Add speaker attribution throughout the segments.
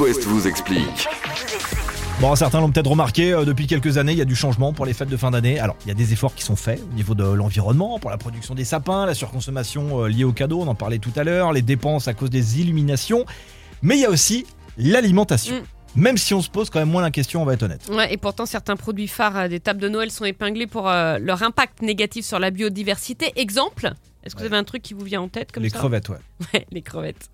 Speaker 1: West vous explique.
Speaker 2: Bon, certains l'ont peut-être remarqué, euh, depuis quelques années, il y a du changement pour les fêtes de fin d'année. Alors, il y a des efforts qui sont faits au niveau de l'environnement, pour la production des sapins, la surconsommation euh, liée aux cadeaux, on en parlait tout à l'heure, les dépenses à cause des illuminations. Mais il y a aussi l'alimentation. Même si on se pose quand même moins la question, on va être honnête.
Speaker 3: Ouais, et pourtant, certains produits phares euh, des tables de Noël sont épinglés pour euh, leur impact négatif sur la biodiversité. Exemple Est-ce que
Speaker 2: Ouais.
Speaker 3: vous avez un truc qui vous vient en tête comme
Speaker 2: les
Speaker 3: ça
Speaker 2: crevettes, ouais.
Speaker 3: Ouais, les crevettes.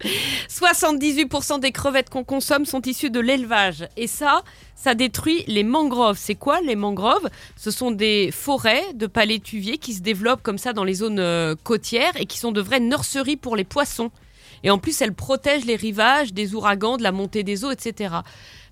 Speaker 3: 78% des crevettes qu'on consomme sont issues de l'élevage. Et ça, ça détruit les mangroves. C'est quoi les mangroves Ce sont des forêts de palétuviers qui se développent comme ça dans les zones euh, côtières et qui sont de vraies nurseries pour les poissons. Et en plus, elles protègent les rivages des ouragans, de la montée des eaux, etc.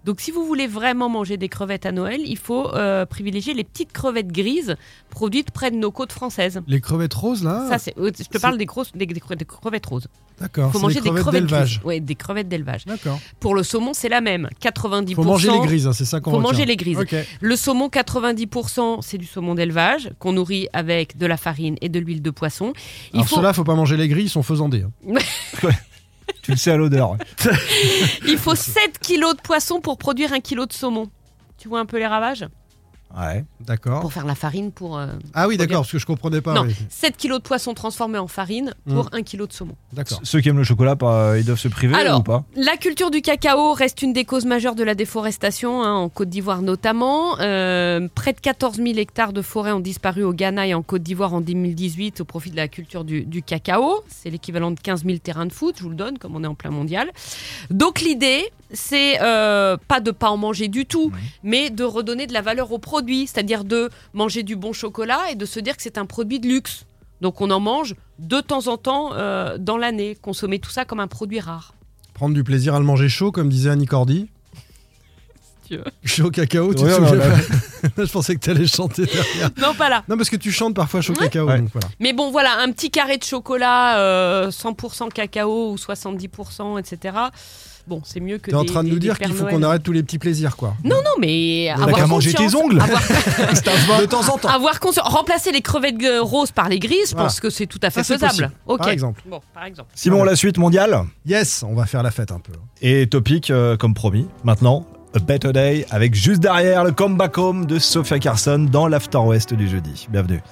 Speaker 3: Donc si vous voulez vraiment manger des crevettes à Noël, il faut euh, privilégier les petites crevettes grises produites près de nos côtes françaises.
Speaker 4: Les crevettes roses, là
Speaker 3: Ça, c'est, euh, je te parle des, grosses, des- des crevettes roses.
Speaker 4: D'accord.
Speaker 3: Faut
Speaker 4: c'est
Speaker 3: manger
Speaker 4: des crevettes d'élevage.
Speaker 3: Oui, des crevettes d'élevage.
Speaker 4: D'accord.
Speaker 3: Pour le saumon, c'est la même. 90%.
Speaker 4: Faut manger les grises, hein, c'est ça qu'on
Speaker 3: Faut
Speaker 4: retient.
Speaker 3: manger les grises.
Speaker 4: Ok.
Speaker 3: Le saumon, 90%, c'est du saumon d'élevage qu'on nourrit avec de la farine et de l'huile de poisson. Il
Speaker 4: Alors
Speaker 3: faut,
Speaker 4: ceux-là, faut pas manger les gris, ils sont faisandés. hein.
Speaker 2: Tu le sais à l'odeur.
Speaker 3: il faut 7 kilos de poisson pour produire 1 kilo de saumon. Tu vois un peu les ravages
Speaker 2: Ouais.
Speaker 4: D'accord.
Speaker 3: Pour faire la farine pour. euh,
Speaker 4: Ah oui,
Speaker 3: Faut
Speaker 4: d'accord, parce que je comprenais pas.
Speaker 3: Non,
Speaker 4: oui.
Speaker 3: 7 kilos de poisson transformés en farine
Speaker 4: Mmh.
Speaker 3: pour 1 kilo de saumon.
Speaker 4: D'accord.
Speaker 2: Ceux qui aiment le chocolat, pas- ils doivent se priver
Speaker 3: Alors,
Speaker 2: ou pas
Speaker 3: La culture du cacao reste une des causes majeures de la déforestation, hein, en Côte d'Ivoire notamment. Euh, près de 14 000 hectares de forêts ont disparu au Ghana et en Côte d'Ivoire en 2018 au profit de la culture du, du cacao. C'est l'équivalent de 15 000 terrains de foot, je vous le donne, comme on est en plein mondial. Donc l'idée, c'est euh, pas de pas en manger du tout,
Speaker 2: Oui.
Speaker 3: mais de redonner de la valeur au produit, c'est-à-dire de manger du bon chocolat et de se dire que c'est un produit de luxe. Donc on en mange de temps en temps euh, dans l'année, consommer tout ça comme un produit rare.
Speaker 4: Prendre du plaisir à le manger chaud, comme disait Annie Cordy.
Speaker 3: tu veux.
Speaker 4: Chaud cacao, tu
Speaker 2: Ouais,
Speaker 4: te
Speaker 2: ouais,
Speaker 4: souviens
Speaker 2: ouais.
Speaker 4: pas Je pensais que t'allais chanter derrière.
Speaker 3: Non, pas là.
Speaker 4: Non, parce que tu chantes parfois chaud cacao,
Speaker 2: Ouais.
Speaker 4: donc voilà.
Speaker 3: Mais bon, voilà, un petit carré de chocolat, euh, 100% cacao ou 70%, etc. Bon, c'est mieux que.
Speaker 4: T'es en
Speaker 3: des-
Speaker 4: train de
Speaker 3: des-
Speaker 4: nous
Speaker 3: des
Speaker 4: dire
Speaker 3: Père
Speaker 4: qu'il faut
Speaker 3: Noël.
Speaker 4: qu'on arrête tous les petits plaisirs, quoi.
Speaker 3: Non, non, mais.
Speaker 4: T'as
Speaker 2: T'as
Speaker 3: avoir
Speaker 2: qu'à manger
Speaker 3: conscience-
Speaker 2: tes ongles
Speaker 3: avoir-
Speaker 2: Ah,
Speaker 4: De temps en temps,
Speaker 3: Avoir conscience. Remplacer les crevettes euh, roses par les grises, je
Speaker 4: Voilà.
Speaker 3: pense que c'est tout à fait
Speaker 4: Ça, c'est
Speaker 3: faisable.
Speaker 4: possible,
Speaker 3: Ok.
Speaker 4: par exemple.
Speaker 3: Bon, par exemple.
Speaker 2: Simon, la suite mondiale
Speaker 4: Yes, on va faire la fête un peu.
Speaker 2: Et topic, euh, comme promis, maintenant, A Better Day, avec juste derrière le comeback home de Sophia Carson dans l'After West du jeudi. Bienvenue.